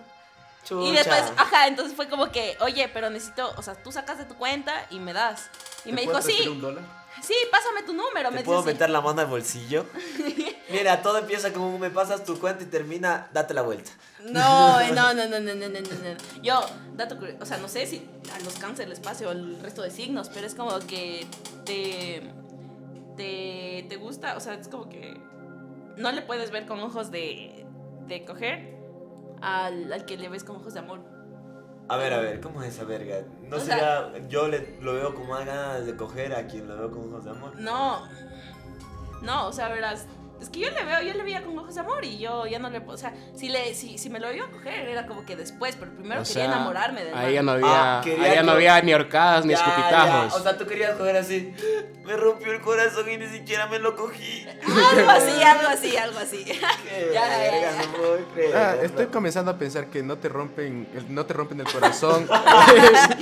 B: Chucha.
G: Y después, ah, ajá, entonces fue como que, oye, pero necesito, o sea, tú sacas de tu cuenta y me das. Y
D: ¿Te
G: me dijo,
D: puedo transferir
G: sí,
D: un dólar?
G: sí, pásame tu número.
B: ¿Te
G: me
B: puedo
G: dice,
B: meter la mano al bolsillo? Mira, todo empieza con un me pasas tu cuenta y termina date la vuelta.
G: No, no, no, no, no, no, no, no, no. Yo, dato curioso, o sea, no sé si a los cáncer les pase o al resto de signos, pero es como que te, te, te gusta, o sea, es como que no le puedes ver con ojos de, de coger al, al que le ves con ojos de amor.
B: A ver, a ver, ¿cómo es esa verga? No
G: O
B: será, yo le, lo veo con más ganas de coger a quien lo veo con ojos de amor.
G: No, no, o sea, verás, es que yo le veo, yo le veía con ojos de amor y yo ya no le, o sea, si, le, si, si me lo iba a coger era como que después, pero primero
C: O
G: quería
C: sea,
G: enamorarme de
C: Ahí ya no
B: Ah,
C: había,
B: quería
C: ahí ya no
B: que-
C: había ni horcadas ni
B: Ya,
C: escupitajos.
B: ya, O sea, tú querías coger así. Me rompió el corazón y ni siquiera me lo cogí.
G: Algo así, algo así, algo así.
B: Qué
G: Ya, ya,
B: verga,
G: ya.
B: Eh, no puedo creer.
D: Ah, estoy comenzando a pensar que no te rompen el, no te rompen el corazón.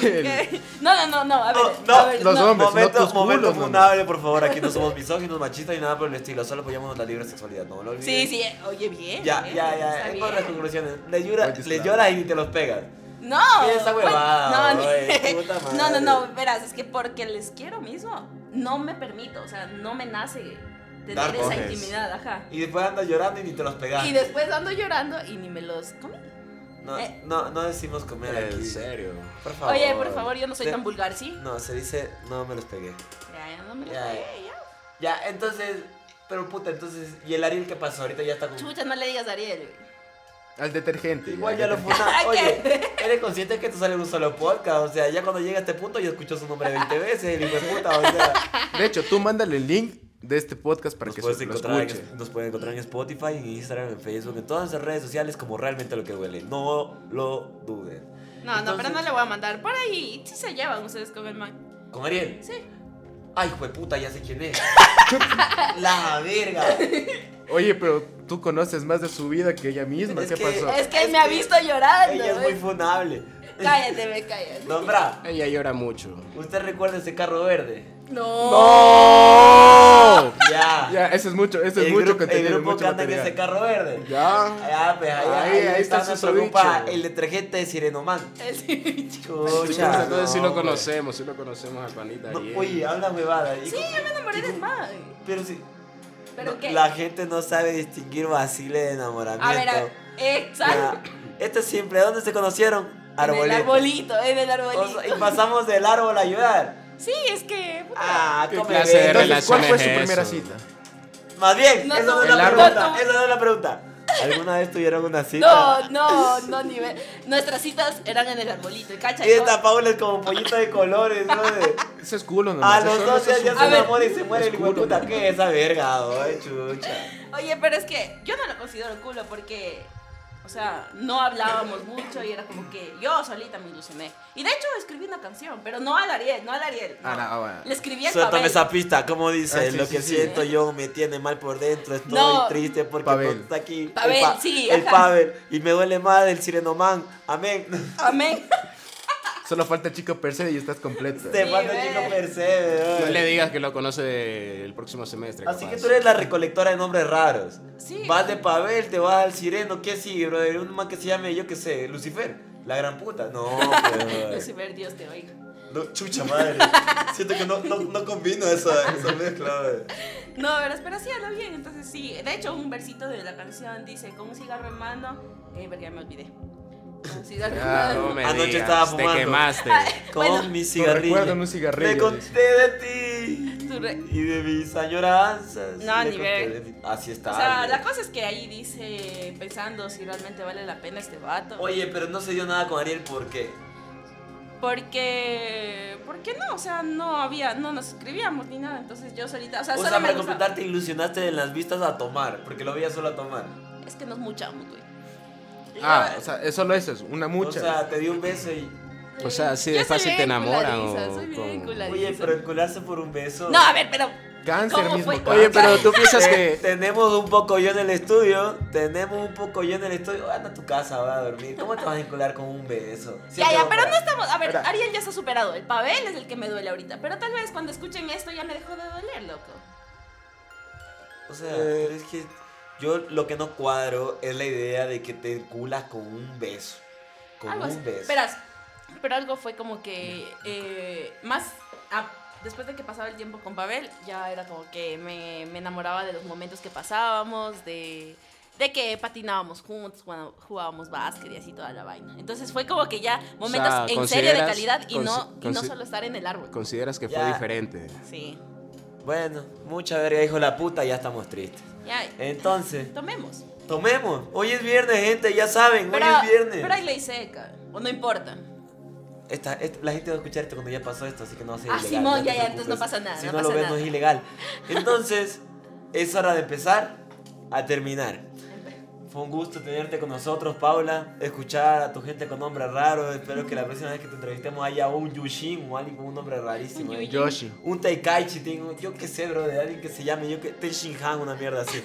G: ¿Qué? No, no, no, no, a ver.
B: No,
G: a ver,
D: los
G: no.
D: hombres,
B: momento,
D: no tus
B: momento
D: culos,
B: fundable, por favor. Aquí no somos misóginos, machistas ni nada por el estilo. Solo apoyamos la libre sexualidad, no lo olvides.
G: Sí, sí, eh, oye, bien.
B: Ya,
G: bien,
B: ya, ya.
G: está
B: Es por las
G: bien.
B: conclusiones. Le, llora-
D: Oye,
B: le
D: claro.
B: lloras y ni te los pegas.
G: No,
B: Mira esa
G: bueno,
B: huevada,
G: no,
B: oye,
G: no,
B: puta
G: no, no,
B: madre.
G: no, verás, es que porque les quiero mismo, no me permito, o sea, no me nace tener
B: Dar
G: esa
B: coges.
G: intimidad, ajá.
B: Y después andas llorando y ni te los pegas.
G: Y después ando llorando y ni me los comí.
B: No,
G: Eh.
B: no, no decimos comer
C: En
D: Eh,
B: aquí.
C: serio.
B: Por favor.
G: Oye, por favor, yo no soy
B: Se-
G: tan vulgar, ¿sí?
B: Oh, No, se dice, no me los pegué.
G: Ya, ya no me los
B: Ya,
G: comí, ya.
B: Ya, entonces, pero puta, entonces, ¿y el Ariel qué pasó? Ahorita ya está con...
G: Chucha, no le digas a Ariel, güey.
D: Al detergente.
B: Igual
D: al
B: ya lo
D: detergente.
B: funa. Oye, eres consciente que tú sale en un solo podcast. O sea, ya cuando llega a este punto, yo escucho su nombre 20 veces, el hijo de puta. O sea,
D: De hecho, tú mándale el link de este podcast para
B: nos,
D: que
B: puedes
D: se lo
B: encontrar
D: escuche.
B: en, nos pueden encontrar en Spotify, en Instagram, en Facebook, en todas las redes sociales, como realmente lo que huele. No lo duden.
G: No, no, pero
B: Entonces-
G: no le voy a mandar. Por ahí sí se llevan ustedes con el man.
B: ¿Con Ariel?
G: Sí.
B: Ay, hijo de puta, ya sé quién es. la verga.
D: Oye, pero tú conoces más de su vida que ella misma.
B: Es
D: ¿Qué
B: que-
D: pasó?
G: Es que
B: Es
G: él me ha
B: que
G: visto llorando.
B: Ella es muy
G: güey.
B: funable.
G: Cállate, me cállate.
B: Nombra,
C: Ella llora mucho.
B: ¿usted recuerda ese carro verde?
D: ¡No!
B: Ya.
D: Ya, eso es mucho, eso es
B: el
D: mucho
B: grupo, el
D: contenido,
B: grupo
D: mucho
B: que anda en
D: material.
B: ese carro verde.
D: Ya.
B: Ah, pues ahí,
D: Ahí-
B: ahí,
D: ahí
B: está,
D: está
B: nos
D: su
B: preocupa
D: bicho.
B: el detergente de Sirenoman.
G: Sí,
B: Chucha.
C: Entonces sí
B: no,
C: lo conocemos, sí lo conocemos al panita.
B: no,
C: Ariel.
B: oye, habla huevada. y como-
G: yo me enamoré del man.
B: Pero si.
G: ¿Pero
B: no,
G: qué?
B: La gente no sabe distinguir vacile de enamoramiento.
G: A ver, a ver. Exacto.
B: Ya, Esto es simple. ¿Dónde se conocieron?
G: En el
B: Arbolito.
G: arbolito, en el
B: O sea, y
G: arbolito.
B: pasamos del árbol a ayudar.
G: Sí, es que. puta.
B: Ah,
C: ¿Qué
B: come
C: clase de
B: verga.
D: Entonces, ¿cuál
C: relaciones
D: fue su
C: es
D: primera
C: eso?
D: cita?
B: Más bien,
G: No,
B: esa
G: no,
B: no es la
G: el árbol.
B: pregunta.
G: No, no.
B: Esa no es la pregunta. ¿Alguna vez tuvieron una cita?
G: No, no, no, ni ver. Nuestras citas eran en el arbolito, y cacha.
B: Y esta
G: yo-
B: Paula es como pollito de colores, ¿no? De-
D: Ese es culo nomás.
B: A
D: eso
B: los
D: no es
B: dos días
D: un-
B: ya
G: A
B: se
G: ver.
B: enamora y se muere el hijo de puta. ¿Qué es esa verga, oye, chucha?
G: Oye, pero es que yo no lo considero culo porque. O sea, no hablábamos mucho y era como que yo solita me ilusioné. Y de hecho escribí una canción, pero no al Ariel, no al Ariel. no.
D: Ah, no, ah, bueno.
G: Le escribí a
B: Suéltame
G: Pavel.
B: esa pista, ¿cómo dice?
D: Ah, sí,
B: lo
D: sí,
B: que
D: sí.
B: siento yo me tiene mal por dentro, estoy
G: No.
B: triste porque
D: Pavel.
B: no está aquí. el
G: Pavel, sí,
B: El
G: ajá.
B: Pavel, y me duele más el sirenoman. Amén.
G: Amén.
D: Solo falta chico Perse y estás completo.
B: Te mando
G: ve.
B: chico Mercedes.
C: No
B: oye.
C: le digas que lo conoce el próximo semestre.
B: Así
C: capaz.
B: que tú eres la recolectora de nombres raros.
G: Sí.
B: Vas de Pavel, te vas al sireno, ¿qué sigue, brother? Un man que se llame, yo qué sé, Lucifer. La gran puta. No, pues. pero.
G: Lucifer, Dios te oiga.
B: No, chucha madre. Siento que no, no, no combino esa, esa mezcla. eh. güey.
G: No, pero, pero sí, habla bien, entonces sí. De hecho, un versito de la canción dice, con un cigarro en mano, eh, porque ya me olvidé. Con un cigarro en
D: Ah,
G: mano.
C: No me
B: Anoche
C: digas,
B: estaba
C: te
B: fumando.
C: quemaste.
B: Con
G: Bueno.
B: mi
D: No
B: cigarrillo.
D: recuerdan un
B: Me
D: cigarrillo. dice.
B: conté de ti.
G: Tu re-
B: Y de mis añoranzas.
G: No,
B: Me
G: ni
B: conté
G: ver.
B: de ti. Así está.
G: O sea,
B: güey.
G: la cosa es que ahí dice, pensando si realmente vale la pena este vato.
B: Oye, pero no se dio nada con Ariel, ¿por qué?
G: Porque, ¿por qué no? O sea, no había, no nos escribíamos ni nada, entonces yo solita, o sea,
B: O
G: solo
B: sea,
G: me
B: para
G: gustaba-
B: completar, te ilusionaste en las vistas a tomar. Porque lo veía solo a tomar.
G: Es que nos muchamos, güey.
D: Ah, o sea, es solo eso, es una mucha.
B: O sea, te dio un beso y.
C: O sea, así
G: Yo
C: de
G: soy
C: fácil
G: bien
C: te enamoran.
G: culadiza,
C: o
G: soy bien
C: con-
G: culadiza.
B: Oye, pero encularse por un beso.
G: No, a ver, pero
D: Cáncer
G: ¿Cómo
D: mismo.
G: fue?
D: cáncer.
C: Oye, pero tú piensas
B: Te-
C: que.
B: tenemos un poco yo en el estudio, tenemos un poco yo en el estudio. Anda a tu casa, va a dormir. ¿Cómo te vas a vincular con un beso?
G: Ya,
B: Siempre
G: ya,
B: va
G: pero
B: para-
G: no estamos. A ver,
D: Espera.
G: Ariel ya se ha superado. El Pavel es el que me duele ahorita. Pero tal vez cuando escuchen esto ya me dejó de doler, loco.
B: O sea, pero es que yo lo que no cuadro es la idea de que te vinculas con un beso. Con
G: Algo así.
B: un beso.
G: Verás, pero algo fue como que. eh, más. ah, después de que pasaba el tiempo con Pavel, ya era como que me, me enamoraba de los momentos que pasábamos, de. De que patinábamos juntos, cuando jugábamos básquet y así toda la vaina. Entonces fue como que ya momentos
C: sea,
G: en serio de
C: consideras-
G: calidad y no,
C: consi-
G: y no
C: consi-
G: solo estar en el árbol.
C: Consideras que fue
B: Ya.
C: diferente.
G: Sí.
B: Bueno, mucha verga, hijo de la puta, ya estamos tristes.
G: Ya,
B: Entonces,
G: tomemos.
B: tomemos. Hoy es viernes, gente, ya saben,
G: Pero,
B: hoy es viernes.
G: pero hay ley seca. O no importa.
B: Esta- esta- la gente va a escuchar esto cuando ya pasó esto, así que no va a ser
G: Ah,
B: ilegal. te
G: Simón, ya, ya,
B: preocupes.
G: entonces no pasa nada,
B: Si
G: no
B: no, lo
G: pasa
B: ves, no
G: nada.
B: es ilegal. Entonces, es hora de empezar a terminar. Fue un gusto tenerte con nosotros, Paula. Escuchar a tu gente con nombre raro. Espero que la próxima vez que te entrevistemos haya un Yushin o alguien con un nombre rarísimo. ahí.
D: Yoshi.
B: Un Taikaichi, tengo, yo qué sé, bro, de alguien que se llame, yo que Han, una mierda así.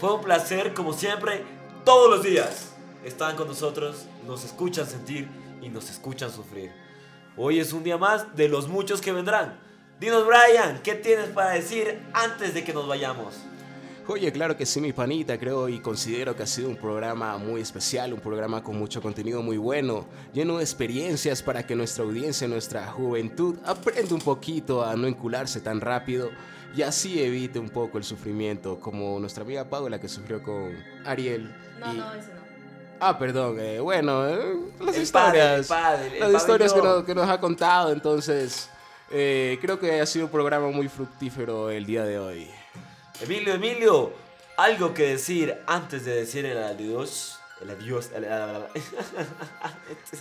B: Fue un placer, como siempre, todos los días. Están con nosotros, nos escuchan sentir y nos escuchan sufrir. Hoy es un día más de los muchos que vendrán. Dinos, Brian, ¿qué tienes para decir antes de que nos vayamos?
C: Oye, claro que sí, mi panita, creo y considero que ha sido un programa muy especial, un programa con mucho contenido muy bueno, lleno de experiencias para que nuestra audiencia, nuestra juventud, aprenda un poquito a no encularse tan rápido
H: y así evite un poco el sufrimiento, como nuestra amiga Paula que sufrió con Ariel.
G: No,
H: y-
G: no, ese no.
H: Ah, perdón, eh, bueno, eh, las
B: El
H: historias.
B: padre, el padre, el
H: las
B: padre
H: historias que
B: no.
H: nos, que nos ha contado, entonces eh, creo que ha sido un programa muy fructífero el día de hoy.
B: Emilio, Emilio, algo que decir antes de decir el adiós. El adiós. el- el- el-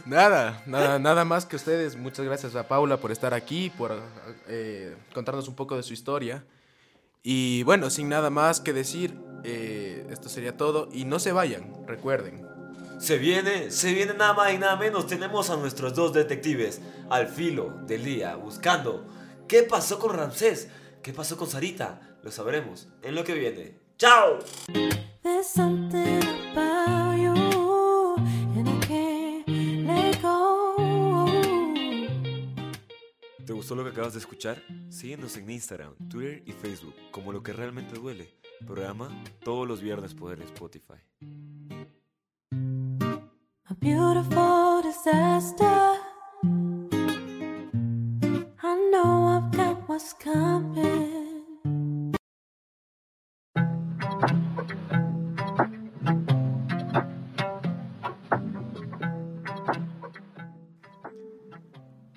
D: Nada, nada, nada más que ustedes. Muchas gracias a Paula por estar aquí, por eh, contarnos un poco de su historia. Y bueno, sin nada más que decir, eh, esto sería todo. Y no se vayan, recuerden.
B: Se viene, se viene nada más y nada menos. Tenemos a nuestros dos detectives al filo del día buscando qué pasó con Ramsés, qué pasó con Sarita. Lo sabremos en lo que viene. ¡Chao!
E: There's something about you, and I can't let go.
B: ¿Te gustó lo que acabas de escuchar? Síguenos en Instagram, Twitter y Facebook como lo que realmente duele. Programa todos los viernes por el Spotify.
E: A beautiful disaster. I know I've got what's coming.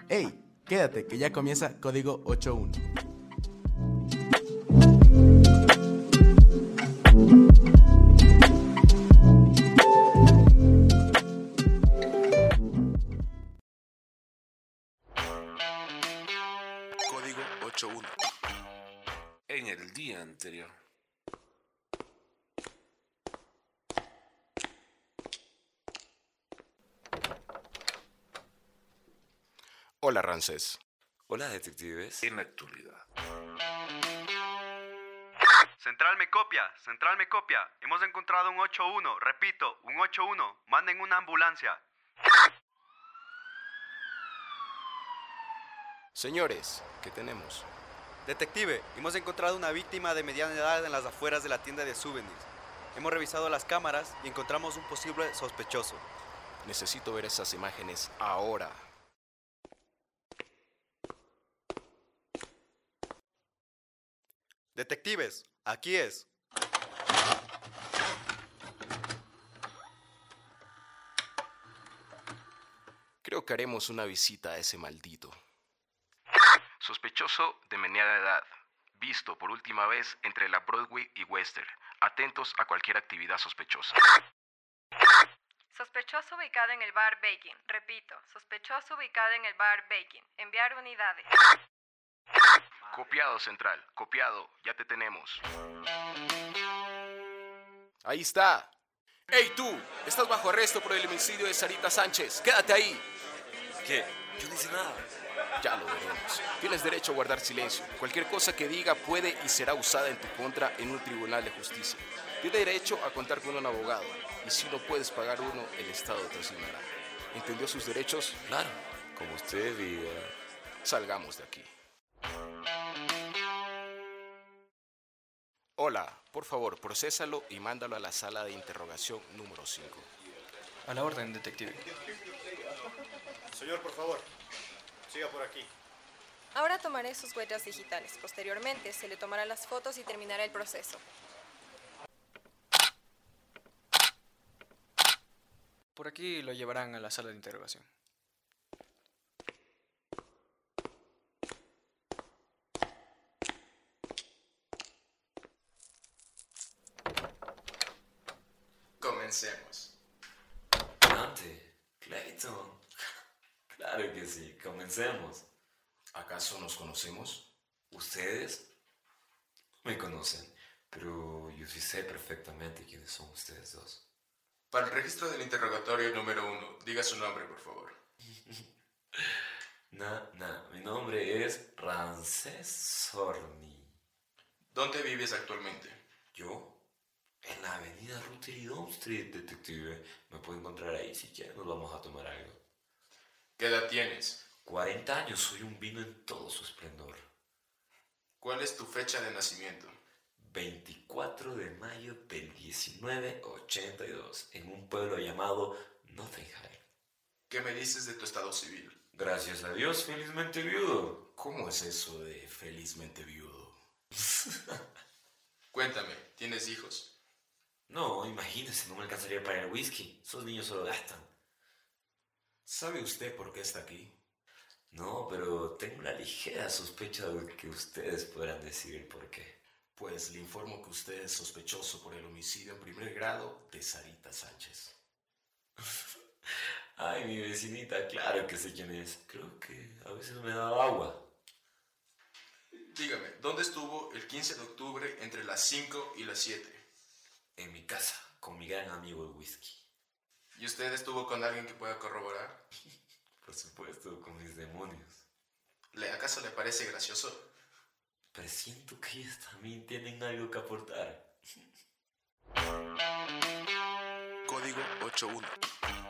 D: ¡Ey! Quédate, que ya comienza Código 81.
C: Código 81.
I: en el día anterior.
C: Hola, Ramsés.
B: Hola detectives.
I: En la actualidad.
J: Central me copia, Central me copia. Hemos encontrado un 8-1, repito, un 8-1. Manden una ambulancia.
C: Señores, ¿qué tenemos?
J: Detective, hemos encontrado una víctima de mediana edad en las afueras de la tienda de souvenirs. Hemos revisado las cámaras y encontramos un posible sospechoso.
C: Necesito ver esas imágenes ahora.
J: Detectives, aquí es.
C: Creo que haremos una visita a ese maldito.
I: Sospechoso de mediana edad. Visto por última vez entre la Broadway y Western. Atentos a cualquier actividad sospechosa.
K: Sospechoso ubicado en el bar Baking. Repito, sospechoso ubicado en el bar Baking. Enviar unidades.
I: Copiado central, copiado, ya te tenemos.
C: Ahí está. ¡Ey tú! Estás bajo arresto por el homicidio de Sarita Sánchez. Quédate ahí.
B: ¿Qué? Yo no hice nada.
C: Ya lo veremos. Tienes derecho a guardar silencio. Cualquier cosa que diga puede y será usada en tu contra en un tribunal de justicia. Tienes derecho a contar con un abogado. Y si no puedes pagar uno, el Estado te asignará. ¿Entendió sus derechos?
B: Claro. Como usted diga.
C: Salgamos de aquí. Hola, por favor, procésalo y mándalo a la sala de interrogación número 5.
J: A la orden, detective.
K: Ahora tomaré sus huellas digitales. Posteriormente se le tomarán las fotos y terminará el proceso.
J: Por aquí lo llevarán a la sala de interrogación.
D: Comencemos.
B: Dante, Clayton. Claro que sí, comencemos.
C: ¿Acaso nos conocemos?
B: Ustedes me conocen, pero yo sí sé perfectamente quiénes son ustedes dos.
D: Para el registro del interrogatorio número 1, diga su nombre, por favor.
B: Na, na, mi nombre es Ramsés Sorni.
D: ¿Dónde vives actualmente?
B: Yo, en la avenida Router y Down Street, detective, me puedo encontrar ahí si quieren, nos vamos a tomar algo.
D: ¿Qué edad tienes?
B: 40 años, soy un vino en todo su esplendor.
D: ¿Cuál es tu fecha de nacimiento?
B: 24 de mayo del 1982, en un pueblo llamado Nottingham.
D: ¿Qué me dices de tu estado civil?
B: Gracias a Dios, felizmente viudo.
C: ¿Cómo es eso de felizmente viudo?
D: Cuéntame, ¿tienes hijos?
B: No, imagínese, no me alcanzaría para el whisky. Esos niños solo gastan.
L: ¿Sabe usted por qué está aquí?
B: No, pero tengo una ligera sospecha de que ustedes podrán decir el por qué.
L: Pues le informo que usted es sospechoso por el homicidio en primer grado de Sarita Sánchez.
B: Ay, mi vecinita, claro que sé quién es. Creo que a veces me da agua.
D: Dígame, ¿dónde estuvo el 15 de octubre entre las 5 y las 7?
B: En mi casa, con mi gran amigo el whisky.
D: ¿Y usted estuvo con alguien que pueda corroborar?
B: Por supuesto, con mis demonios.
D: ¿Le acaso le parece gracioso?
B: Presiento que ellos también tienen algo que aportar.
F: Código 81.